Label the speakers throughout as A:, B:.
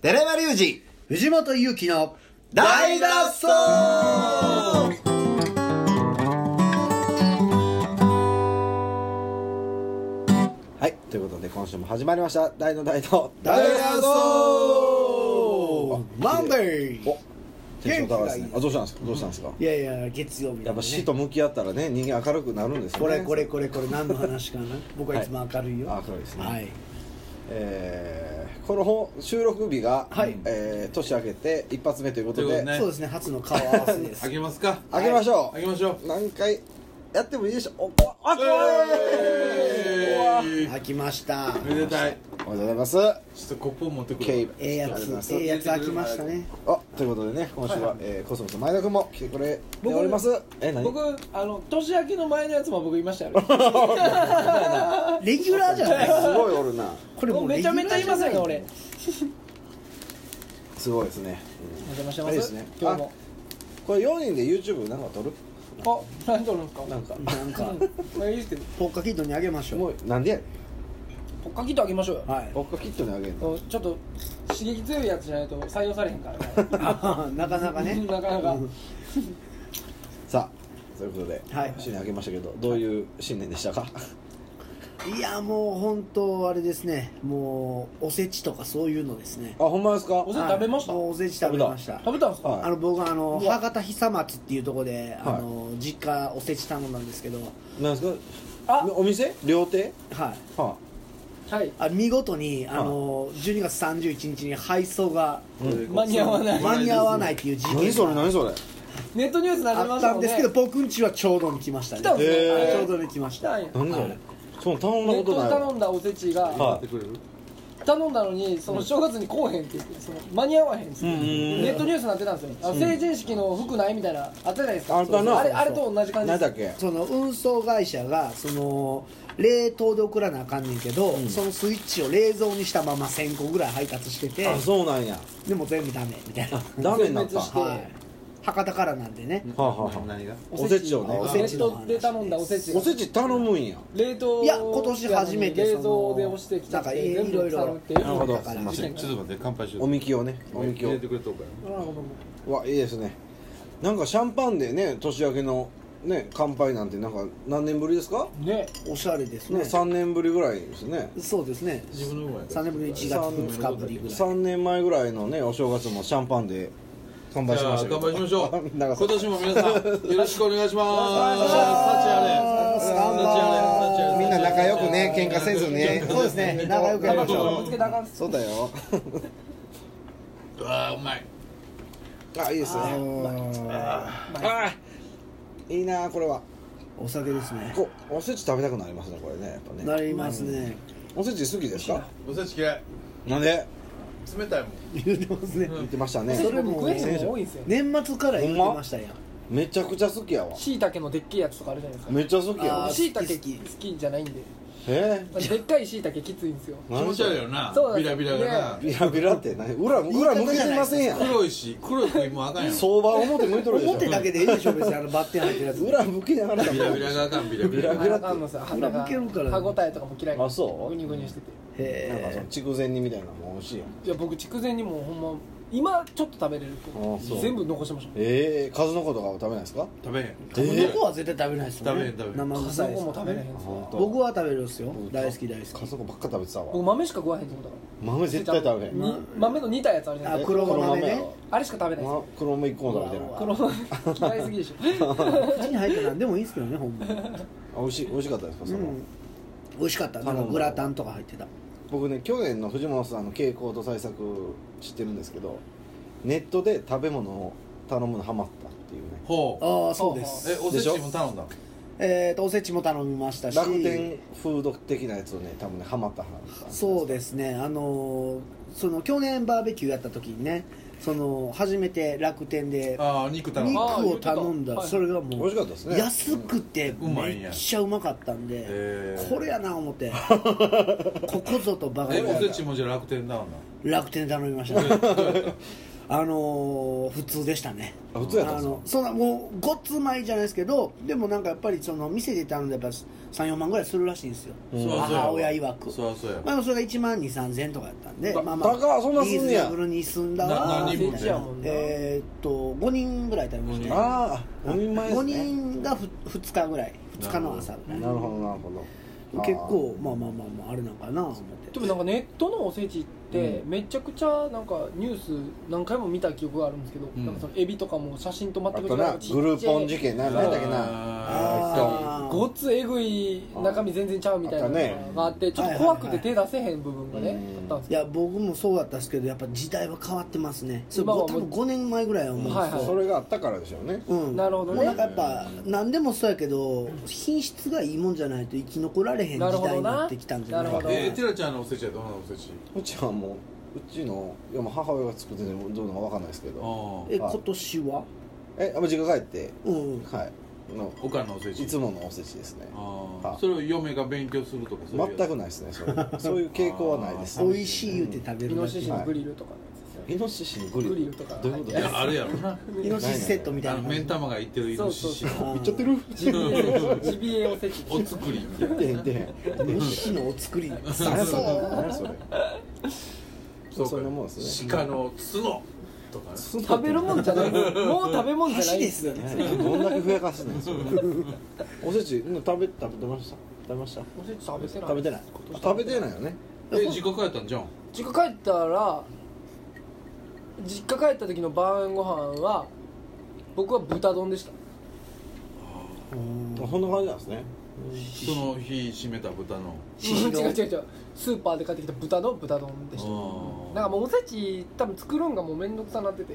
A: 寺山隆二
B: 藤本勇樹の
A: 大脱走
C: はい、ということで今週も始まりました「大の大の
B: 大脱走
C: あ
B: マンデー
C: おテンション高いですねあどうしたんですかどうしたんですか、
B: いやいや月曜日、ね、
C: やっぱ死と向き合ったらね人間明るくなるんですよね
B: これこれこれこれ何の話か な僕はいつも明るいよ、
C: はいあそうですね
B: はい
C: えーこの収録日が、
B: はい
C: えー年明けて一発目ということ
A: という
C: で
A: ことね
B: そうですね初の顔合わせ です
A: あげますか
C: あげましょう、
A: あげましょう
C: 何回やってもいいでしょうおこあこ
A: えー
B: 開きま した
A: めでたい
C: おめでとうございます
A: ちょっとコップを持ってく
C: ケイ
A: る
C: ブ
B: ええや
C: ありがとうございま
B: つ
C: す
B: ええやつ開きましたね
C: あということでね今週は、えーコスモス前田君も来てくれて
D: 僕
C: おりますえ何
D: 僕あの年明けの前のやつも僕いましたよ、ね、
B: レギュラーじゃない
C: すごいおるな
B: これもう
D: めちゃめちゃいますよ
B: レ
D: ね
B: ギュラーじ
D: 俺
B: ゃ
D: お
B: ない
C: すごいですね、
D: 邪魔して
C: あ
D: ま
C: れ
D: す
C: ですね
D: 今日も
C: うんこれ4人で YouTube なんか撮る
D: あ何撮るんですか
C: なんか
B: なんか
D: うんまあいいですけど
B: ポッカキットにあげましょ
C: も
B: う
C: うなんでやね
D: ポッカキットあげましょうよ
B: はい
C: ん僕がキットにあげるの
D: うんちょっと刺激強いやつじゃないと採用されへんからね
B: あなかなかね
D: なかなか
C: さあということで、
B: はい
C: 新年あげましたけどどういう新年でしたか
B: いやもう本当あれですねもうおせちとかそういうのですね
C: あほんまですか
D: おせち食べました
B: はいもうおせち食べました
D: 食べたんですか、
C: はい
B: あの僕はあの
D: うわ
B: 博多久松っていうところであの実家おせち頼んだんですけど
C: なんですか
D: あ
C: お店料亭
B: はい
C: は
D: はい
B: あ見事にあの12月31日に配送が
D: 間に合わない
B: 間に合わないっていう事
C: あ、何それ
B: 件が
C: 何それ
D: ネットニュースになり
B: あ
D: ま
B: っ
D: した
B: た
D: も
B: ん
D: ん
B: で
D: ね
B: すけど僕んちはちょうどに来ました
D: 来たん
B: ね
D: ですよ、
C: へー
B: ちょう
D: 来
B: どに来ましたは
D: たんや
C: 何それ、
B: はい
C: その頼ん
D: ネ
C: だ
D: ッ
C: ことな
D: トで
C: い
D: 頼
C: わ
D: んだおせちが、
C: は
A: てくれる
D: 頼んだのにその正月に来おへんって言ってその間に合わへんっつって
C: うんうんうん
D: ネットニュースになってたんですよあの成人式の服ないみたいなあったじゃないですか
C: あったな
D: れあれと同じ感じ
C: 何だ
D: で
C: っけ
B: その運送会社がその冷凍で送らなあかんねんけど、そのスイッチを冷蔵にしたまま1000個ぐらい配達してて
C: あそうなんや
B: でも全部ダメみたいな
C: ダメになった
D: 全滅して
C: は
B: はい博多からなんでね
C: あ、はあはあ
A: 何が
C: おせちをね
D: お
C: お
D: せ
C: せ
D: ち
B: ち
D: ネ
B: の
D: ットで頼んだおせち
C: おせち頼むんや
D: 冷凍
B: いや今年初めて
D: 冷
B: そ
D: 蔵
B: の
D: で押してきた
B: なんかいろいろ
D: っていう
C: なるほど
B: だから
C: すいません
A: ちょっと待って乾杯しよ
C: お
A: う
C: みきをねおみき
A: 入
C: を
A: れてくれとうか
D: なるほど
C: うわいいですねなんかシャンパンでね年明けのね乾杯なんてなんか何年ぶりですか、
D: ね
B: おしゃれです
C: ね、
B: ね
C: 3年ぶりぐらいですね
B: そうですね
A: 自分の分や
B: 3年ぶりに1月2日ぶりぐらい
C: 3年前ぐらいのねお正月もシャンパンで乾杯し
A: じゃ
C: ま
A: あ
C: した
A: 乾杯しましょ う
C: なんか
A: 今年も皆さんよろしくお願いします
B: 乾杯
C: みんな仲良くね喧嘩せずね
B: そうですね仲良くやりまし
D: ちょっ
B: ょ
D: とぶつけたらあかんっす
C: そうだよ
A: うわあうまい
C: あいいですねあーいいなこれは
B: うお酒ですね
C: こうおせち食べたくなりますねこれねやっぱね
B: なりますね
C: おせち好きですか
A: おせち嫌い
C: なんで
A: 冷たいもん
B: 言ってますね
C: 言ってましたね
B: それも
D: 僕食えへんの多いんですよ
B: 年末から言ってましたよ
C: めちゃくちゃ好きやわ
D: しいたけのでっけえやつとかあるじゃないですか
C: めっちゃ好きや
B: あ
C: わ
B: ー
D: しいたけ
B: 好
D: 好
B: き好
D: きじゃないんで
C: え
D: でっかいしいたけきついんですよ
C: ー、
A: 気持ち悪いよなビラビラがな
C: ビラビラって何裏裏向けてませんやん
A: 黒いし黒い食いもんあかんやん
C: 相場表向いとるでしょ
B: 表だけでいいでしょ別にあのバッテン入ってるやつ
C: 裏向けながら
A: ビラビラがあかんビラビ
C: ビラ
A: ラ
C: ビ
A: が
C: ラって
D: あのさ
B: ほらむけるから
D: 歯ごたえとかも嫌い
C: あそう
D: グニグニしてて
C: なんかそ の
B: へ
C: 筑前煮みたいなのも美味しいよ
D: いや僕筑前にもうほんま今ちょっと食べれるけ
C: あそ
D: ど
C: う
D: 全部残しまし
C: ええ数の子とかは食べないですか
A: 食べへん
B: えこの子は絶対食べないですよね
A: 食べへん食べへん
B: 生
D: た
B: 臭いで
D: 数の
B: す
D: 子も食べれへんすわ
C: 本当
B: 僕は食べるんですよ大好き大好き
C: 数の子ばっか食べてたわ
D: 僕豆しか食わへんってことだ
C: 豆絶対食べへん
D: に豆の煮たやつあるじゃない
B: あ
D: ですか
B: 黒豆ね
C: やろ
D: あれしか食べないです
C: ま黒豆一個も食べて
B: うわ
C: ないう
B: わ
D: 黒豆嫌いすぎでしょ
B: 口に入ってなんでもいいんですけどねほんまに
C: あ美味しい美味しかったですかその、
B: うん美味しかったなんかグラタンとか入ってた
C: 僕ね去年の藤本さんの傾向と対策知ってるんですけどネットで食べ物を頼むのハマったっていうね
A: ほう
B: ああそうです
A: えおせちも頼んだ
B: えー、とおせちも頼みましたし
C: 楽天フード的なやつをね多分ねハマったはず
B: そうですねあのーその去年バーベキューやった時にねその初めめて楽天で
A: ああ肉頼ん
B: 肉
A: だ
D: あー言
B: を
D: ってた
B: 頼んだ
D: はい
B: それが
C: 美
B: も
C: 味
B: う
C: しかったですね
B: 安くて
A: うんうまいん
B: め
A: や
B: っちゃうまかったんで、
A: へー
B: これやな思って ここぞとばか
A: え
B: り
A: おせちもじゃあ楽天頼んだ
B: 楽天で頼みましたね
A: どうやった
B: あのー普通でしたね
C: あ普通やったん
B: あ
C: ですか
B: のそんなもうごっつまいじゃないですけどでもなんかやっぱりその店で頼んでやっぱ34万ぐらいするらしいんですよ
A: そうそう
B: 母親曰く
A: そうそうや
B: まあ、それが1万2 3千とかやったんで
C: だ
B: まあまあ
C: 高っそんなんすんね
B: リーズ
C: や
B: ナブルに済んだわ
A: な何人分
B: みたい
A: で
B: なえーっと5人ぐらい食べまし
A: 五
B: た
C: ああお見舞い
B: 5
C: ですね
B: 人がふ2日ぐらい2日の朝ぐらい
C: なるほどなるほど
B: 結構まあまあまあまああれなんかなと思って
D: でもなんかネットのおせちってめちゃくちゃなんかニュース何回も見た記憶があるんですけど、
A: うん
D: なんかそのエビとかも写真と
C: あ
D: 全く違
C: と
D: う
C: なグルーポン事件な
A: あ
C: 何だっけな
A: な
B: ー
D: ごっつえぐい中身全然ちゃうみたいなのがあってちょっと怖くて手出せへん部分がねあったんです
B: いや僕もそうだったんですけどやっぱ時代は変わってますねそれ
D: 今は
B: ご
D: もう
B: 多分5年前ぐらいは思うんですよ、
D: はいはい
C: それがあったからでしょうね
B: うん、
D: なるほどね
B: もうなんかやっぱ何でもそうやけど品質がいいもんじゃないと生き残られへん時代になってきたんじゃない
D: なる
B: か
D: ほど
B: な
D: な
A: えーティラちゃんのおせちはどんなおせち
C: うちはもううちのいやもう母親が作っててもどうなのかわかんないですけど
A: あ
B: え今年は
C: えあもう実家帰って
B: うん
C: はいの
A: おかんのおせち
C: いつものおせちですね
A: あ
C: は
A: あ
C: い
A: それを嫁が勉強するとかそう
C: 全
A: いう
C: くないですね それそういう傾向はないです
A: あー
B: 美味しい言うて食べ
D: イ
B: る
D: ノ
B: だけ
D: シシのグリルとかのやつですよね
C: イノシシにグリ
D: グリ
C: ル
D: ルとか
C: どういうこと
A: いやあるやろな
B: イノシシセットみた
A: あ
B: い
A: の
B: な
A: 目ん玉がいってるイノシシ
D: そう
B: そうそう
A: の
B: いっちゃって
A: る
D: ジビエジビエおせち
A: お作りみたいな
C: でで
B: 虫のお作り
C: 何
B: 臭
C: やそれ
B: そう
C: 何やそれ
A: そうか
C: そんなもんですね
A: 鹿の角とかね
D: 食べるもんじゃないもう食べ物じゃない
B: 箸ですよね
C: どんだけふやかすねんそれおせちうん食べ食べてました食べました
D: おせち食べてない
C: 食べてないあ食べてないよね
A: え実家帰ったんじゃん
D: 実家帰ったら実家帰った時の晩ご飯は僕は豚丼でした
B: うん
C: こんな感じなんですね
A: その日締めた豚の
B: シシ
D: 違う
B: ド
D: 違う違うスーパーで買ってきた豚の豚丼でした
A: あー
D: なんかもうおせち多分作るんがもう面倒くさなってて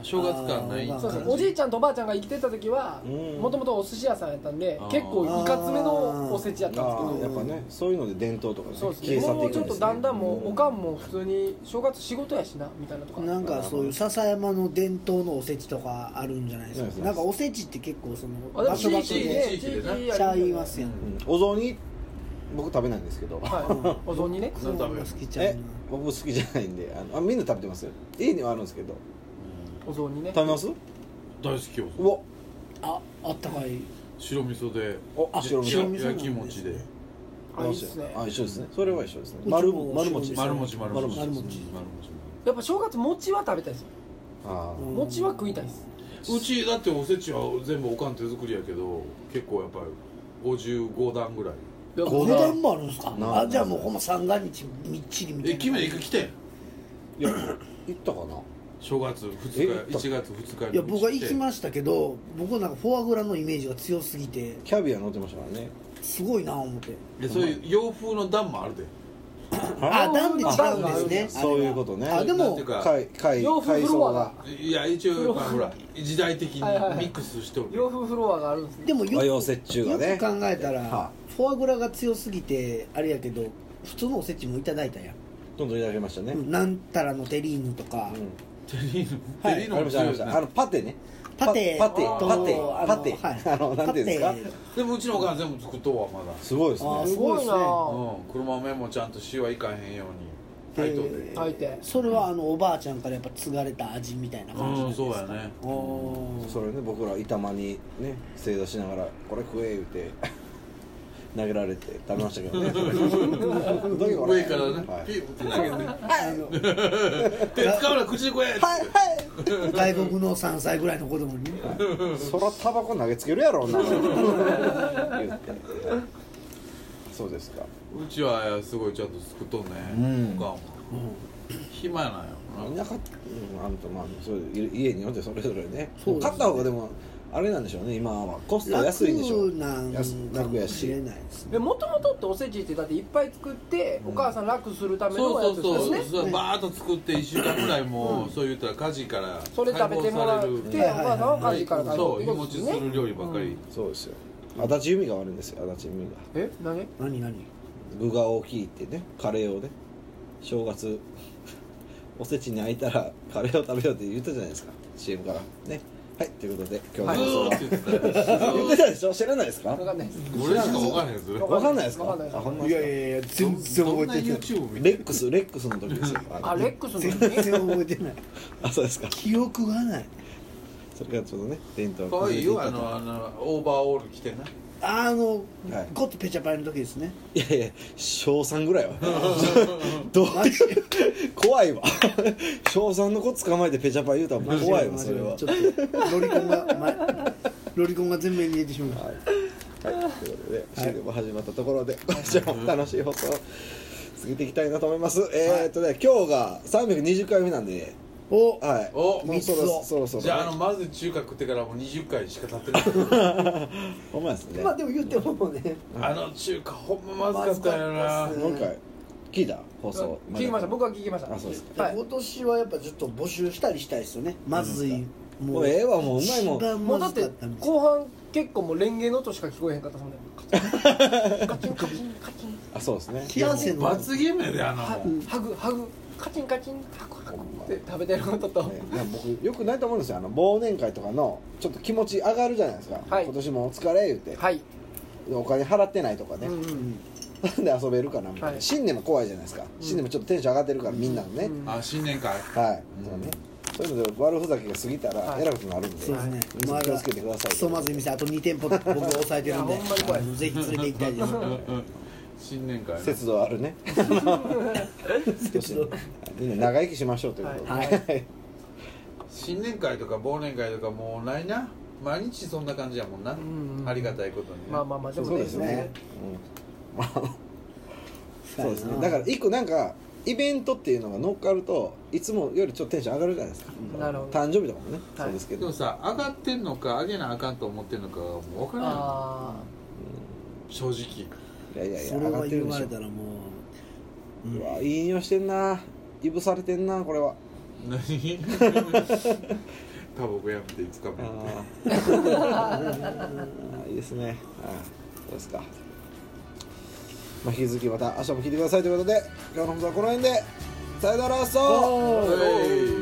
A: あ正月感ない
B: あー
D: そうそう
B: 感じ
D: おじいちゃんとおばあちゃんが生きてた時は
C: うん
D: もともとお寿司屋さんやったんで
A: あー
D: 結構いかつめのおせちや
C: あ
D: ったんですけど
C: ーやっぱねそういうので伝統とかね
D: そうです
C: 消え
D: ね
C: 去
D: も
C: って
D: う
C: い
D: ち
C: く
D: ょ
C: ん
D: っ
C: で
D: と
C: すね
D: だんだんもうおかんも普通に正月仕事やしなみたいなとか
B: なんかそういう笹山の伝統のおせちとかあるんじゃないですかなんかおせちって結構その
D: あで
B: 場
D: も
B: 所
D: 地
B: 場
D: 域
B: 所
A: 地域
B: で
D: で
A: 地域でね
D: 地域
B: ち
D: や
B: ゃ
D: る
B: い
D: んだ
B: ますやん
C: うんお雑煮僕食べないんですけど
D: はいお雑煮ね
A: それ食べ
B: 好
A: る
B: きちゃう
C: え
B: な
C: 僕好きじゃないんであのあみんな食べてますよ家にはあるんですけど
D: お雑煮ね
C: 食べますう
A: 大好きよ
C: わ
B: ああったかい
A: 白味噌で
C: お
A: や
C: 白味
B: 噌
A: や
B: 白味噌なん
A: 焼
B: です
A: き餅で
D: あいいっすね
C: あ一緒ですねそれは一緒ですね
B: うちも
C: 丸丸餅
B: 白
A: 丸
B: 味
A: 餅丸餅
B: 丸餅
A: 丸
D: やっぱ正月餅は食べたいです
C: あ
B: うん
D: 餅は食いたいです
A: 餅うちだっておせちは全部おかん手作りやけど結構やっぱり55段ぐらい
D: いや
C: こ
B: 五
C: うだ
B: 段もあるんですか
C: な
B: あじゃあもうほんま三が日みっちりみたい
A: え
B: な
A: 君ら行く来てん
C: あいや行ったかな
A: 正月2日
C: え行った
A: 1月2日
B: いや僕は行き
A: す
B: ましたけど僕はなんかフォアグラのイメージが強すぎて
C: キャビア乗ってましたからね
B: すごいな思って
A: そういう洋風の段もあるで
B: あ段で違
D: あ
B: う
D: る
B: んで
D: んです
B: ね
C: そういうことね
B: あで
A: なん
B: も
A: ていうか
C: 海海
D: 洋風
C: 海
D: フロ
C: 藻
D: アが
C: が
A: いや一応やっぱほら時代的にミ
D: はいはいはい
A: ックスしておる
D: 洋風フロアがあるんですね
B: でもよ
C: 和
B: く
C: 洋折衷がね
B: よく考えたら
C: は
B: フォアグラが強すぎてあれやけど普通のおせちもいただいたやん
C: どんどんいただきましたね
B: うんなんたらのテリーヌとか
C: うん
A: テリーヌ
B: はい
A: テリーヌ
C: ありま
A: も
C: したあり
A: 強
C: ま
A: い
C: したあ
A: な
C: のパテね
B: パテ
C: パテ
B: と
C: パテ
B: あの
C: パテ
B: はい
C: あのなんていうんですか
B: パテ
A: でもうちのお母さん全部作っとうわまだ
C: すごいです
B: あー
C: ね
D: すごいな
A: うん黒豆もちゃんと塩はいかへんように入っとって
B: えー
D: 炊いて
B: それはあのおばあちゃんからやっぱ継がれた味みたいな感じなんで
A: うん
B: すか
A: そうやね
B: あー
C: それね僕ら板間にね正座しながらこれ食え言うて 投げられて食べましたけどねどういうこと
A: 上からね
C: はい
A: ピューって投げて
B: あの
A: 手使うな口でこえって
B: はいはい外国の3歳ぐらいの子供に
C: そらタバコ投げつけるやろ女の子言ってそうですか
A: うちはすごいちゃんと作っとんね
C: うん
A: おかんは暇なん
C: み
A: よ
C: ん
A: な
C: なかうんあんとまあそれ家によってそれぞれね
B: そうですね
C: 買った方がでもあれなんでしょうね今はコスト安いんでしょう
B: 楽なん
C: 安
B: か
C: 楽
B: も
C: や
B: しれ
C: し
B: ないですね
D: でもともとっておせちってだっていっぱい作って、お母さん楽するための
A: そ
D: や
A: う
D: つ
A: そう
D: で
A: そう
D: すねそ
A: そうバーッと作って1週間ぐらいもうそう言ったら家事から
D: れ食べてもらってお
B: はいはいはい
D: 母さんは家事から
A: そう日
D: 食べても
A: 持
D: ら
A: ちする料理ばっかり
C: そうですよ足立由美が悪いんですよ足立由美が
D: え何
B: 何何
C: 具が大きいってねカレーをね正月 おせちに空いたらカレーを食べようって言ったじゃないですか CM からねはいということで今日の放送
A: ー
C: は
A: って言ってたよ
C: 言ってたでしょ知らないですか
D: 分かんないです
A: 俺しか分かんないです
C: わかんないですか
D: わかんないです
C: あほんま
B: い
C: です
B: や
C: か
B: いやいや全然
A: どん
B: 覚
A: な
B: えてない
A: YouTube 見
C: レ
A: て
C: ックスレックスの時ですよ
D: あレックスの
B: 全
D: 時
B: 然覚えてない
C: あそうですか
B: 記憶がない
C: それからちょっとね伝統
A: 可
C: が
A: 愛い
C: 崩れてい
A: よあ
C: ったと
A: のあのオーバーオール着てな
B: あの、
C: はい
B: ゴッドペチャパイの時ですね
C: いやいや小三ぐらいはどういう怖いわ小三の子捕まえてペチャパ言うたらもう 怖いわそれは
B: ちょっとロリコンが、ま、ロリコンが全面に出てしまう
C: はい、ということで、シールも始まったところで、今週も楽しい放送を続けていきたいなと思います。えーっとね、今日が320回目なんで、
B: お
C: はい。
A: お
C: もうそ
B: 三つ
C: ろ
B: を
C: そろそろ、ね。
A: じゃああのまず中華食ってからもう20回しか経ってない
C: ほんまですね。
B: まあでも言ってももうね
A: あの中華ほんままずかったよな
B: まずかったっす
C: もう一回、聞いた放送。
D: 聞きました僕は聞きました
C: あそうですか
D: はい
B: 今年はやっぱちょっと募集したりしたいですよねまずい
C: もうええわ、もううまいもん。
B: 一番
D: もう
B: ま
D: だっ
B: ずか
D: て
B: ったみたい
D: 後半結構もうレンゲの音しか聞こえへんかったそんねカチンカチンカチン
C: あ、そうですね。
B: 冷や汗の
A: 罰ゲームやであの
D: はハグハグカチンカチンハグハグって食べてる音と
C: ね、なんか僕よくないと思うんですよあの忘年会とかのちょっと気持ち上がるじゃないですか、
D: はい
C: 今年もお疲れ言って、
D: はい
C: お金払ってないとかね、
D: うんうん
C: なんで遊べるかなみたいな、
D: はい
C: 新年も怖いじゃないですか、新年もちょっとテンション上がってるから、みんなのね、
D: うん
A: あ新年会
C: はい、そうねそういうので悪ふざけが過ぎたら
D: はい
C: えらくなるんで、
B: そうですね
C: 皆さん気をつけてください
B: クソまずい店あと2店舗僕押さえてるんで
D: いやほんまに怖い
B: あのぜひ連れて行きたいで
A: うんうん新年会
C: 節度あるね
B: すちょっと
C: みんな長生きしましょうということで、
B: はい
A: 新年会とか忘年会とかもうないな毎日そんな感じやもんな、
D: んうん
A: ありがたいことにね、
D: まあまあまあでも
C: そうですね、うんまあそうですねだから一個なんかイベントっていうのが乗っかるといつもよりちょっとテンション上がるじゃないですか、
D: なるほど
C: 誕生日とかもね、
D: はい
C: そうですけ
A: で
C: ど
A: もさ上がってんのか上げなあかんと思ってんのかもう分からんよ
D: あ
A: 正直
C: いやいやいや
B: そ
C: 上
B: れ
C: が
B: は
C: って
B: 言
C: るんで
B: わ
C: し
B: れ
C: ょ
B: たらもう
C: うわ引用してんないぶされてんなこれは
A: 何 タバコやめて5日目
C: あ ー いいですね。あーそうですか。まあ、引き続きまた明日も聞いてくださいということで、今日の放送はこの辺で、さよなら、そう
A: おい